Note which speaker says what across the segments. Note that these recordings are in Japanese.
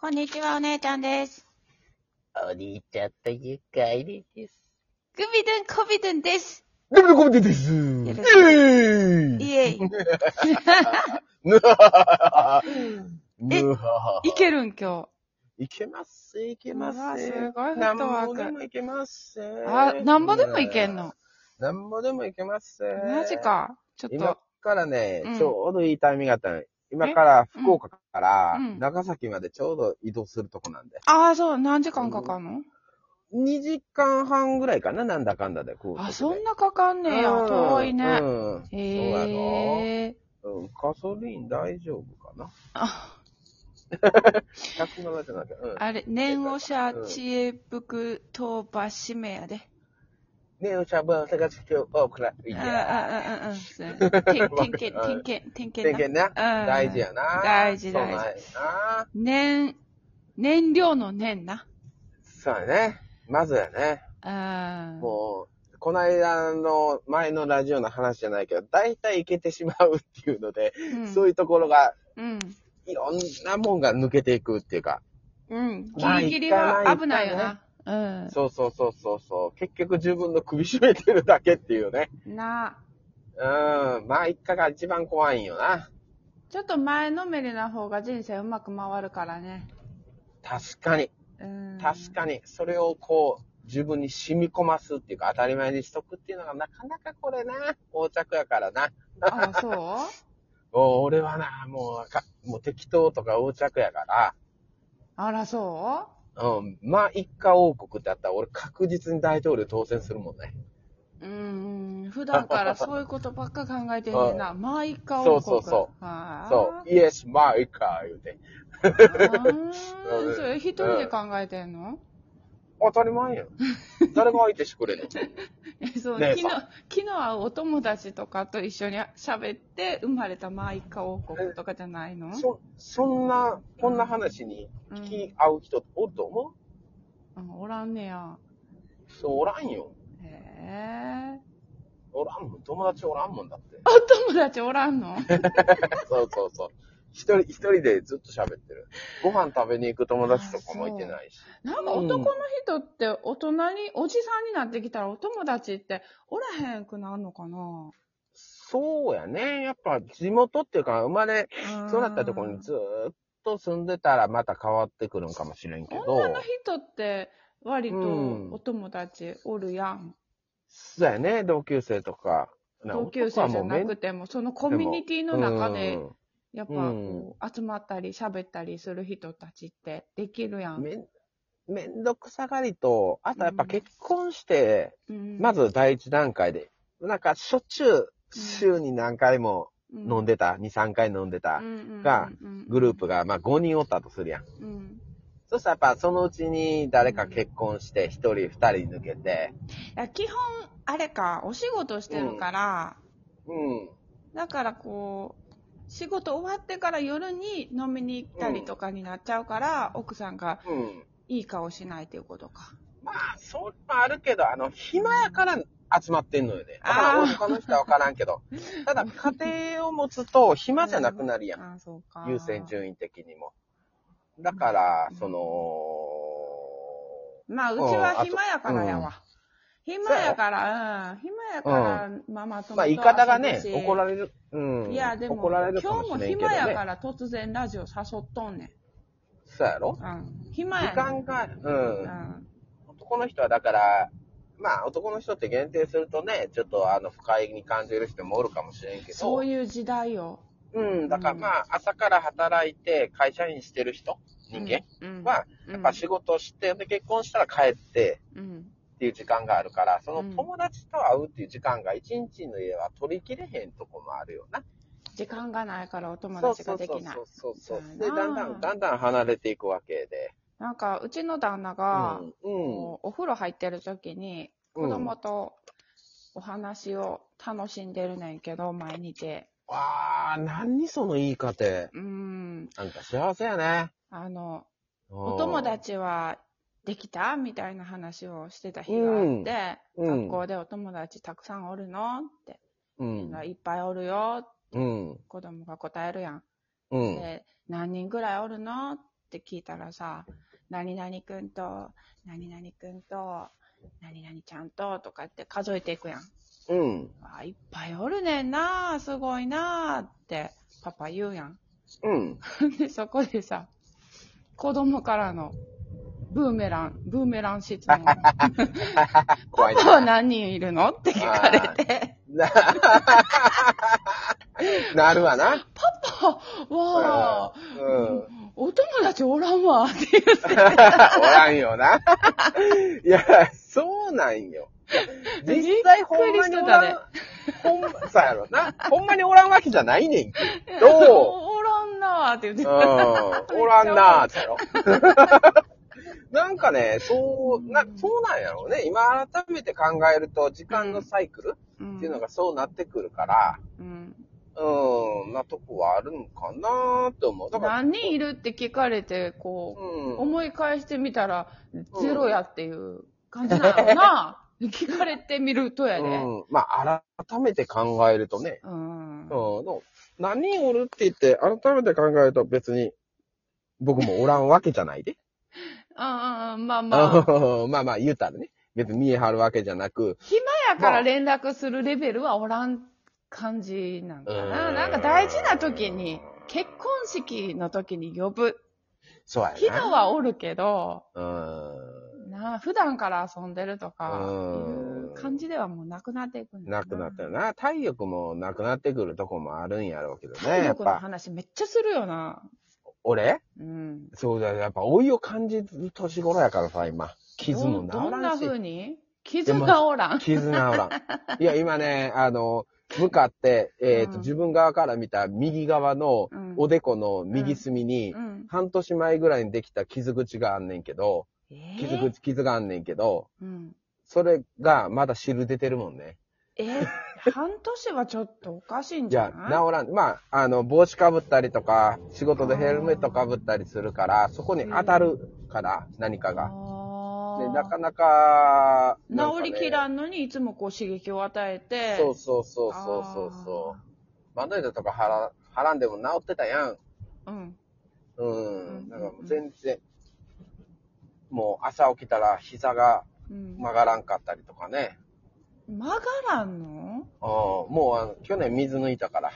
Speaker 1: こんにちは、お姉ちゃんです。
Speaker 2: お兄ちゃんとゆかいりです。
Speaker 1: グビドゥン、コビドゥンです。
Speaker 2: どうもどうもです。
Speaker 1: ろ
Speaker 2: イ
Speaker 1: しく
Speaker 2: ェーイ
Speaker 1: イエイ。
Speaker 2: ぬはははは
Speaker 1: え
Speaker 2: ぬはははい
Speaker 1: けるん、今
Speaker 2: いけます、いけます。
Speaker 1: うわすごいフ
Speaker 2: な
Speaker 1: ッ
Speaker 2: ん
Speaker 1: トワーク
Speaker 2: ぼでもいけます。
Speaker 1: 日。あ、なんぼでもいけん
Speaker 2: ね
Speaker 1: の。
Speaker 2: え。なんぼでもいけます。
Speaker 1: マジ。か。ちょっ
Speaker 2: 今
Speaker 1: と。
Speaker 2: からね
Speaker 1: うん、
Speaker 2: ちょうどいいタイミングだったの。今から福岡から
Speaker 1: うん
Speaker 2: 長崎までちょうど移動するとこなんで。
Speaker 1: ああ、そう、何時間かかんの
Speaker 2: 2時間半ぐらいかな、なんだかんだで。高速で
Speaker 1: あ、そんなかかんねえや。
Speaker 2: うん
Speaker 1: 遠いね
Speaker 2: う。ん。そうやろ
Speaker 1: へえ。
Speaker 2: うん、ガソリン大丈夫かな
Speaker 1: あ、
Speaker 2: ?107 じゃなきゃ。うん。
Speaker 1: あれ、念押しゃ、知恵服、討伐、使命やで。
Speaker 2: ねえ、おしゃぶらせが地球多くない。い
Speaker 1: うんうんうん
Speaker 2: や
Speaker 1: うんうんそうやね。点検、点検、点
Speaker 2: ー。点
Speaker 1: 検な。
Speaker 2: 検な。
Speaker 1: うん
Speaker 2: 大事やな。
Speaker 1: 大事
Speaker 2: そう
Speaker 1: 大事
Speaker 2: なんやな。
Speaker 1: 燃、燃料の燃な。
Speaker 2: そうやね。まずやね。
Speaker 1: うん。
Speaker 2: もう、この間の前のラジオの話じゃないけど、大体いけてしまうっていうので、
Speaker 1: うん
Speaker 2: そういうところが、
Speaker 1: うん。
Speaker 2: いろんなもんが抜けていくっていうか、
Speaker 1: うん。ギ
Speaker 2: まあ
Speaker 1: リギリは危ないよな。うん。
Speaker 2: そうそうそうそうそう、結局自分の首絞めてるだけっていうね。
Speaker 1: なあ。
Speaker 2: うん、まあ一家が一番怖いんよな。
Speaker 1: ちょっと前のめりな方が人生うまく回るからね。
Speaker 2: 確かに、
Speaker 1: うん。
Speaker 2: 確かに、それをこう、自分に染み込ますっていうか、当たり前にしとくっていうのが、なかなかこれな、横着やからな。
Speaker 1: あら、そ
Speaker 2: もう俺はな、もうあか、もう適当とか横着やか
Speaker 1: うあら、そ
Speaker 2: ら、うん、まあ、一家王国ってあったら、俺確実に大統領当選するもんね。
Speaker 1: ううん。普段からそういうことばっか考えてんねん な。まあ、いっか、
Speaker 2: そう
Speaker 1: 王
Speaker 2: そ
Speaker 1: 国。。
Speaker 2: うそう
Speaker 1: は
Speaker 2: そう、イエス、まあ、一家、言うて。
Speaker 1: う。 うん。
Speaker 2: うん
Speaker 1: それ一人で考えてんの
Speaker 2: 当たり前やん。誰が相手してくれんの
Speaker 1: え そう、
Speaker 2: ねえ
Speaker 1: 昨日、昨日はお友達とかと一緒に喋って生まれたまあ、いっか、王国とかじゃないの
Speaker 2: そ、そんな、こんな話に聞き合う人おると思う、
Speaker 1: うん、おらんねや。
Speaker 2: そう、おらんよ。
Speaker 1: へえ。
Speaker 2: おらんもん、友達おらんもんだって。
Speaker 1: お友達おらんの
Speaker 2: そうそうそう。一人、一人でずっと喋ってる。ご飯食べに行く友達とかもいてないし。
Speaker 1: なんか男の人って大人に、おじさんになってきたらお友達っておらへんくなるのかな
Speaker 2: そうやね。やっぱ地元っていうか、生まれ、そうなったところにずっと住んでたらまた変わってくるんかもしれんけ
Speaker 1: 女
Speaker 2: ど
Speaker 1: の。人って割と
Speaker 2: うん
Speaker 1: お友達おるやん。
Speaker 2: そうやね。同級生とか。
Speaker 1: 同級生じゃなくても、そのコミュニティの中で、やっぱこう集まったり喋ったりする人たちってできるや
Speaker 2: うん
Speaker 1: ん。
Speaker 2: めん、めんどくさがりと、あとやっぱ結婚して、
Speaker 1: うん
Speaker 2: ま、ず第一段階で、なんかしょっちゅう、週に何回も飲んでた、2、3回飲んでた、がグループ
Speaker 1: が。
Speaker 2: が、まあ、5人おったとするやん。
Speaker 1: うん
Speaker 2: そしたらやっぱそのうちに誰か結婚して、1人、2人抜けて、
Speaker 1: いや基本、あれか、お仕事してるから、
Speaker 2: うん。
Speaker 1: だからこう、仕事終わってから夜に飲みに行ったりとかになっちゃうから、奥さんが
Speaker 2: うん。
Speaker 1: いい顔しないということか。
Speaker 2: まあ、そういうのもあるけど、あの、暇やから集まってんのよね。だか
Speaker 1: あ
Speaker 2: ら
Speaker 1: ー
Speaker 2: 他の人は分からん けど。ただ、家庭を持つと暇じゃなくなるやん。
Speaker 1: ああ、そうか。
Speaker 2: 優先。順位的にも。だから
Speaker 1: うん、
Speaker 2: その、
Speaker 1: まあ、うちは暇やからやわ。暇やから、うん。暇やから、ママ友と
Speaker 2: まあ、言い方がね
Speaker 1: 遊ぶ、し
Speaker 2: 怒られる。うん。
Speaker 1: いや、でも、
Speaker 2: 怒られるか
Speaker 1: 今
Speaker 2: も
Speaker 1: 日
Speaker 2: し
Speaker 1: も
Speaker 2: れんけど
Speaker 1: 暇
Speaker 2: ね。
Speaker 1: やから突然ラジオ誘っとんね
Speaker 2: そうやろ
Speaker 1: ん。うん。暇
Speaker 2: 時
Speaker 1: やねん。
Speaker 2: 間が、うん。
Speaker 1: うん。
Speaker 2: 男の人はだから、まあ男の人って限定するとね、ちょっとあの不快に感じる人もおるかもしれんけど、
Speaker 1: そういう時代よ。
Speaker 2: うん、だからまあ朝から働いて会社員してる人、人間
Speaker 1: うん
Speaker 2: は、
Speaker 1: うん
Speaker 2: やっぱ仕事して、で結婚したら帰って
Speaker 1: うん。
Speaker 2: っていう時間があるから、その
Speaker 1: うん
Speaker 2: 友達と会うっていう時間が一日の家は取りきれへんとこもあるよな。
Speaker 1: 時間がないからお友達ができない
Speaker 2: そう。そうそうそう。
Speaker 1: そ
Speaker 2: で、
Speaker 1: うやな
Speaker 2: だんだん、だんだん離れていくわけで。
Speaker 1: なんか、うちの旦那
Speaker 2: う
Speaker 1: が、
Speaker 2: ん。うん。
Speaker 1: こうお風呂入ってる時に、子
Speaker 2: うん
Speaker 1: 供とお話を楽しんでるねんけど、毎日。
Speaker 2: わあ、何その言い方。
Speaker 1: うん。
Speaker 2: なんか幸せやね。
Speaker 1: あの、
Speaker 2: お
Speaker 1: お友達はできたみたいな話をしてた日があって、
Speaker 2: うんう
Speaker 1: 学
Speaker 2: ん
Speaker 1: 校でお友達たくさんおるのって、
Speaker 2: う
Speaker 1: みん
Speaker 2: ん
Speaker 1: な。いっぱいおるよ。
Speaker 2: うん。
Speaker 1: 子供が答えるやん。
Speaker 2: うん。
Speaker 1: で、何人ぐらいおるのって聞いたらさ、何々くんと、何々くんと、何々ちゃんと、とかって数えていくやん。
Speaker 2: うん。
Speaker 1: あ、いっぱいおるねんなあすごいなあって、パパ言うやん。
Speaker 2: うん。
Speaker 1: で、そこでさ、子供からの、ブーメラン、ブーメラン質 問。
Speaker 2: 怖い
Speaker 1: パパは何人いるのって聞かれて、
Speaker 2: な。 なるわな。
Speaker 1: わあ、
Speaker 2: うん。
Speaker 1: お友達おらんわって言う。
Speaker 2: おらんよな。 いや、そうなんよ。実際ほんまにおらん。
Speaker 1: びっ
Speaker 2: ほんま、そうやろな。ほんまにおらんわけじゃないねんけ ど、
Speaker 1: おらんなーって言
Speaker 2: うん、
Speaker 1: って。
Speaker 2: おらんなーってやろ。 なんかね、そう、な、そうなんやろうね。今改めて考えると、時間のサイクルっていうのがそうなってくるから、
Speaker 1: うん。
Speaker 2: うん、なとこはあるのかなーって思う。だから、
Speaker 1: 何人いるって聞かれて、こう、
Speaker 2: うん。
Speaker 1: 思い返してみたら、ゼロやっていう感じなのな。聞かれてみるとやで。
Speaker 2: うん、まあ、改めて考えるとね、
Speaker 1: うん。
Speaker 2: うん、でも何人おるって言って、改めて考えると別に、僕もおらんわけじゃないで。
Speaker 1: ああ、まあ まあ。
Speaker 2: まあまあ言うたらね。別に見え張るわけじゃなく、
Speaker 1: だから連絡するレベルはおらん感じなんか
Speaker 2: う
Speaker 1: な。
Speaker 2: ん
Speaker 1: なんか大事な時に、結婚式の時に呼ぶ。
Speaker 2: そうやな。
Speaker 1: 昨日はおるけど、
Speaker 2: う
Speaker 1: なあ普段から遊んでるとか、
Speaker 2: う
Speaker 1: い
Speaker 2: ん
Speaker 1: う感じではもうなくなっていくん
Speaker 2: ん。
Speaker 1: だ
Speaker 2: なくなったよな。体力もなくなってくるとこもあるんやろうけどね。
Speaker 1: 体
Speaker 2: やっ
Speaker 1: 力の
Speaker 2: ぱ、
Speaker 1: 話めっちゃするよな。
Speaker 2: 俺
Speaker 1: うん。
Speaker 2: そうだよ。やっぱ老いを感じる年頃やからさ、今。傷も治
Speaker 1: どん
Speaker 2: ら
Speaker 1: なん
Speaker 2: し。
Speaker 1: 風に傷がおらん。
Speaker 2: 傷治らん。いや、今ね、あの、向かって、えっ、
Speaker 1: うん
Speaker 2: と、自分側から見た右側の
Speaker 1: うん
Speaker 2: おでこの右隅に、
Speaker 1: うん。
Speaker 2: 半年前ぐらいにできた傷口があんねんけど、
Speaker 1: え
Speaker 2: 傷
Speaker 1: ー
Speaker 2: 口、傷があんねんけど、
Speaker 1: うん
Speaker 2: それがまだ汁出てるもんね。
Speaker 1: え半年はちょっとおかしいん
Speaker 2: い
Speaker 1: じゃ
Speaker 2: や、
Speaker 1: ない
Speaker 2: 治らん。まあ、あの、帽子かぶったりとか、仕事でヘルメットかぶったりするから、そこに当たるから、何かが。
Speaker 1: あー
Speaker 2: で、なかなか、なんか
Speaker 1: 治
Speaker 2: ね
Speaker 1: りきらんのにいつもこう刺激を与えて。
Speaker 2: そうそうそうそうそうそう。バンドエイドとかはら、はらんでも治ってたやん。
Speaker 1: うん。
Speaker 2: うんん。だからもう全然、もう朝起きたら膝が
Speaker 1: うん。
Speaker 2: 曲がらんかったりとかね。
Speaker 1: 曲がらんの
Speaker 2: うんもうあの去年水抜いたから、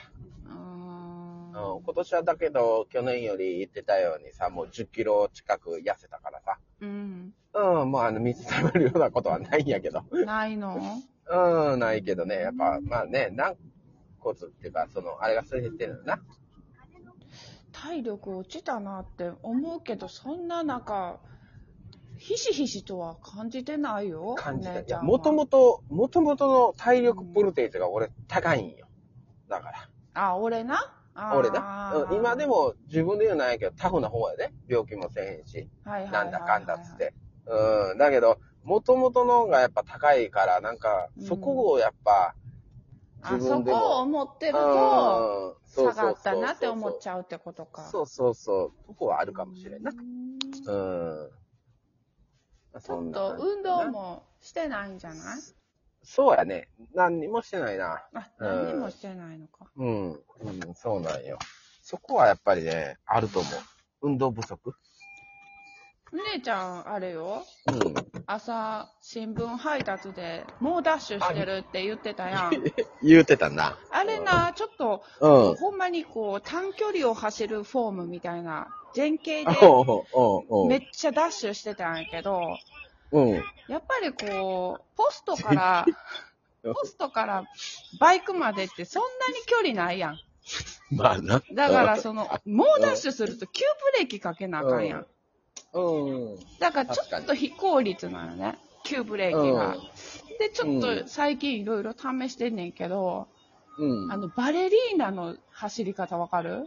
Speaker 1: あ
Speaker 2: うん。今年はだけど、去年より言ってたようにさ、もう10キロ近く痩せたからさ。
Speaker 1: ーうん。
Speaker 2: うん、もうあの水食べるようなことはないんやけど。
Speaker 1: ないの
Speaker 2: うん、ないけどね、やっぱ、まあね、軟骨っていうか、その、あれがすれてるのな。
Speaker 1: 体力落ちたなって思うけど、そんな中、ひしひしとは感じてないよ。
Speaker 2: 感じた。いや、も
Speaker 1: も
Speaker 2: ともと、もともとの体力ボルテージが俺高いんよ。だか
Speaker 1: あ、俺な
Speaker 2: ら、俺な。うん今で
Speaker 1: も、
Speaker 2: も自分で言うのはないけど、タフな方やで。病気もせえへんし。
Speaker 1: はいはいはい
Speaker 2: な
Speaker 1: はい
Speaker 2: んだかんだっつっ。て。うん。だけど、もともとのがやっぱ高いから、なんか、そこをやっぱ、
Speaker 1: あ、
Speaker 2: 自
Speaker 1: そ
Speaker 2: 分で
Speaker 1: こ
Speaker 2: も
Speaker 1: を思ってると、
Speaker 2: うんそう
Speaker 1: 下
Speaker 2: そ
Speaker 1: が
Speaker 2: うそう
Speaker 1: ったなって思っち
Speaker 2: ゃ
Speaker 1: ゃうってことか。
Speaker 2: そうそうそう。とこはあるかもしれんな。
Speaker 1: う
Speaker 2: うんん。
Speaker 1: ちょっ
Speaker 2: そ
Speaker 1: と
Speaker 2: んな感じ
Speaker 1: 運動もしてないんじゃない
Speaker 2: そうやね。何にもしてないな。
Speaker 1: あ、
Speaker 2: うん
Speaker 1: 何にもしてないのか。
Speaker 2: うん。うん、そうなんよ。そこはやっぱりね、あると思う。運動不足
Speaker 1: 姉ちゃん、あれよ。
Speaker 2: うん。
Speaker 1: 朝、新聞配達で、猛ダッシュしてるって言ってたやん。
Speaker 2: 言うてたな。
Speaker 1: あれな、ちょっと、
Speaker 2: うん。うん。
Speaker 1: ほんまにこう、短距離を走るフォームみたいな、前傾で、
Speaker 2: おうおうおう
Speaker 1: めっちゃダッシュしてたんやけど、
Speaker 2: うん。
Speaker 1: やっぱりこう、ポストから、ポストからバイクまでってそんなに距離ないやん。
Speaker 2: まあな。
Speaker 1: だからその、猛ダッシュすると急ブレーキかけなあかんやん。
Speaker 2: うん。
Speaker 1: だからちょっと非効率なのね、急ブレーキが。
Speaker 2: うん
Speaker 1: で、ちょっ
Speaker 2: う
Speaker 1: と
Speaker 2: ん
Speaker 1: 最近いろいろ試してんねんけど、
Speaker 2: うん。
Speaker 1: あの、バレリーナの走り方わかる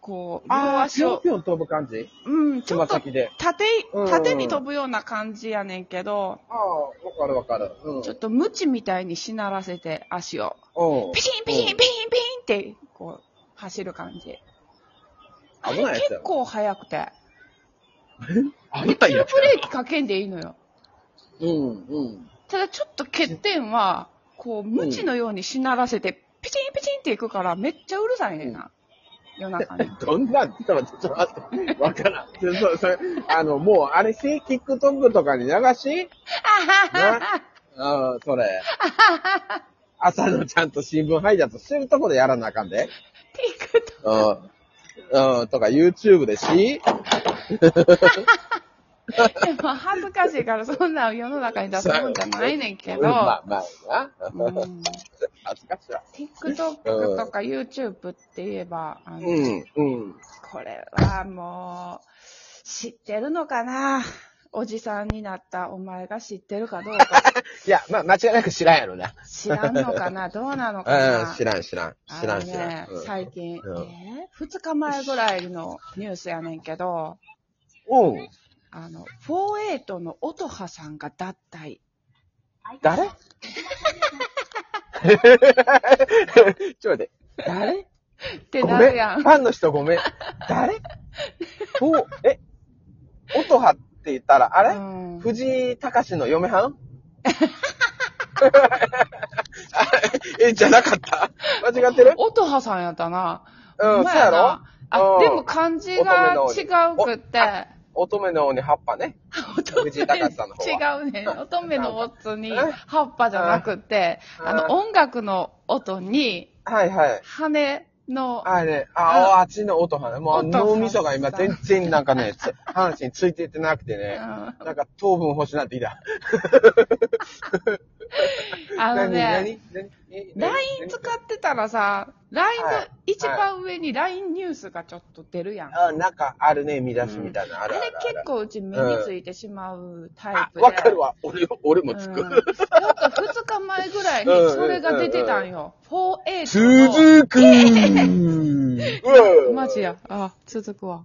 Speaker 1: こう、両
Speaker 2: ああ、
Speaker 1: 足
Speaker 2: ぴょん
Speaker 1: を、
Speaker 2: ぴょん飛ぶ感じ
Speaker 1: うん、ち
Speaker 2: つ
Speaker 1: ょ
Speaker 2: ま
Speaker 1: っと
Speaker 2: 先で。
Speaker 1: 縦い、
Speaker 2: うん
Speaker 1: 縦に飛ぶような感じやねんけど、
Speaker 2: ああ、わかるわかる。うん。
Speaker 1: ちょっと無知みたいにしならせて足を、
Speaker 2: うん
Speaker 1: ピシンピシンピシンピシンって、こう、走る感じ。あれ
Speaker 2: 危ないやつや
Speaker 1: 結構速くて。
Speaker 2: あ
Speaker 1: 急
Speaker 2: ん
Speaker 1: ブ
Speaker 2: た
Speaker 1: レ
Speaker 2: や
Speaker 1: ーキかけんでいいのよ。
Speaker 2: うん、うん。
Speaker 1: ただちょっと欠点は、こう、無知のようにしならせて、ピチンピチンっていくから、めっちゃうるさいねんな。夜中に。
Speaker 2: どん な、ちょっと待って、ちょっと待って、わからん。ちょそそれ、あの、もう、あれし、TikTok とかに流しなうん、そ れ。朝のちゃんと新聞配達してるとこでやらなあかんで。
Speaker 1: TikTok。
Speaker 2: うん。うん、とか YouTube でし
Speaker 1: でも恥ずかしいから、そんなん世の中に出すもんじゃないねんけど、
Speaker 2: うん まあまあ
Speaker 1: う
Speaker 2: な。
Speaker 1: ん、
Speaker 2: 恥ずかしいわ。
Speaker 1: TikTok とか YouTube って言えば、あの
Speaker 2: うん、うん。
Speaker 1: これはもう、知ってるのかなおじさんになったお前が知ってるかどうか
Speaker 2: いや、まあ、間違いなく知らんやろな。
Speaker 1: 知らんのか などうなのか
Speaker 2: う、
Speaker 1: なん
Speaker 2: 知らん、知らん。知ら
Speaker 1: あ
Speaker 2: ん、
Speaker 1: の
Speaker 2: 知ら
Speaker 1: ね
Speaker 2: ん。うん
Speaker 1: 最近、
Speaker 2: うん
Speaker 1: えー、2日前ぐらいのニュースやねんけど、
Speaker 2: うん。
Speaker 1: あの、48の音羽さんが脱退。
Speaker 2: 誰ちょっと待って。誰
Speaker 1: って
Speaker 2: ご
Speaker 1: な
Speaker 2: めん。
Speaker 1: る
Speaker 2: フ
Speaker 1: やん。
Speaker 2: ァンの人ごめん。誰お、え、音羽って言ったら、あれ
Speaker 1: うん
Speaker 2: 藤井隆の嫁はん あえ、じゃなかった間違ってる
Speaker 1: 音羽さんやったな。
Speaker 2: うん、
Speaker 1: ほ
Speaker 2: そう
Speaker 1: ま
Speaker 2: やろう
Speaker 1: あ、
Speaker 2: ん
Speaker 1: でも漢字が違うくって、
Speaker 2: 乙女の王に葉っぱね。藤井隆さんの方は。
Speaker 1: 違うね。乙女の音に葉っぱじゃなくて、
Speaker 2: うん
Speaker 1: あ
Speaker 2: うん
Speaker 1: の、音楽の音に
Speaker 2: はいはい。
Speaker 1: 羽の、
Speaker 2: あれ、
Speaker 1: う
Speaker 2: あ、あっちの音はね、もう
Speaker 1: 音
Speaker 2: 脳みそが今全然なんかね、つ話についていってなくて
Speaker 1: う
Speaker 2: ね、
Speaker 1: ん
Speaker 2: なんか糖分欲しなってきた。
Speaker 1: あの
Speaker 2: 何
Speaker 1: ね、
Speaker 2: 何何何
Speaker 1: LINE 使ってたらさ、LINE の
Speaker 2: はい
Speaker 1: 一番上に LINE ニュースがちょっと出るやん。
Speaker 2: あ、なんかあるね、見出しみたいな。あ
Speaker 1: あ
Speaker 2: る
Speaker 1: れ
Speaker 2: あるあ
Speaker 1: 結
Speaker 2: る。
Speaker 1: 構うち目についてしまうタイ
Speaker 2: あ
Speaker 1: プで。
Speaker 2: わかるわ。俺、俺もつ
Speaker 1: うん
Speaker 2: く。
Speaker 1: なんか2日前ぐらいにそれが出てたんよ。48の。
Speaker 2: 続くー
Speaker 1: マジや。あ、続くわ。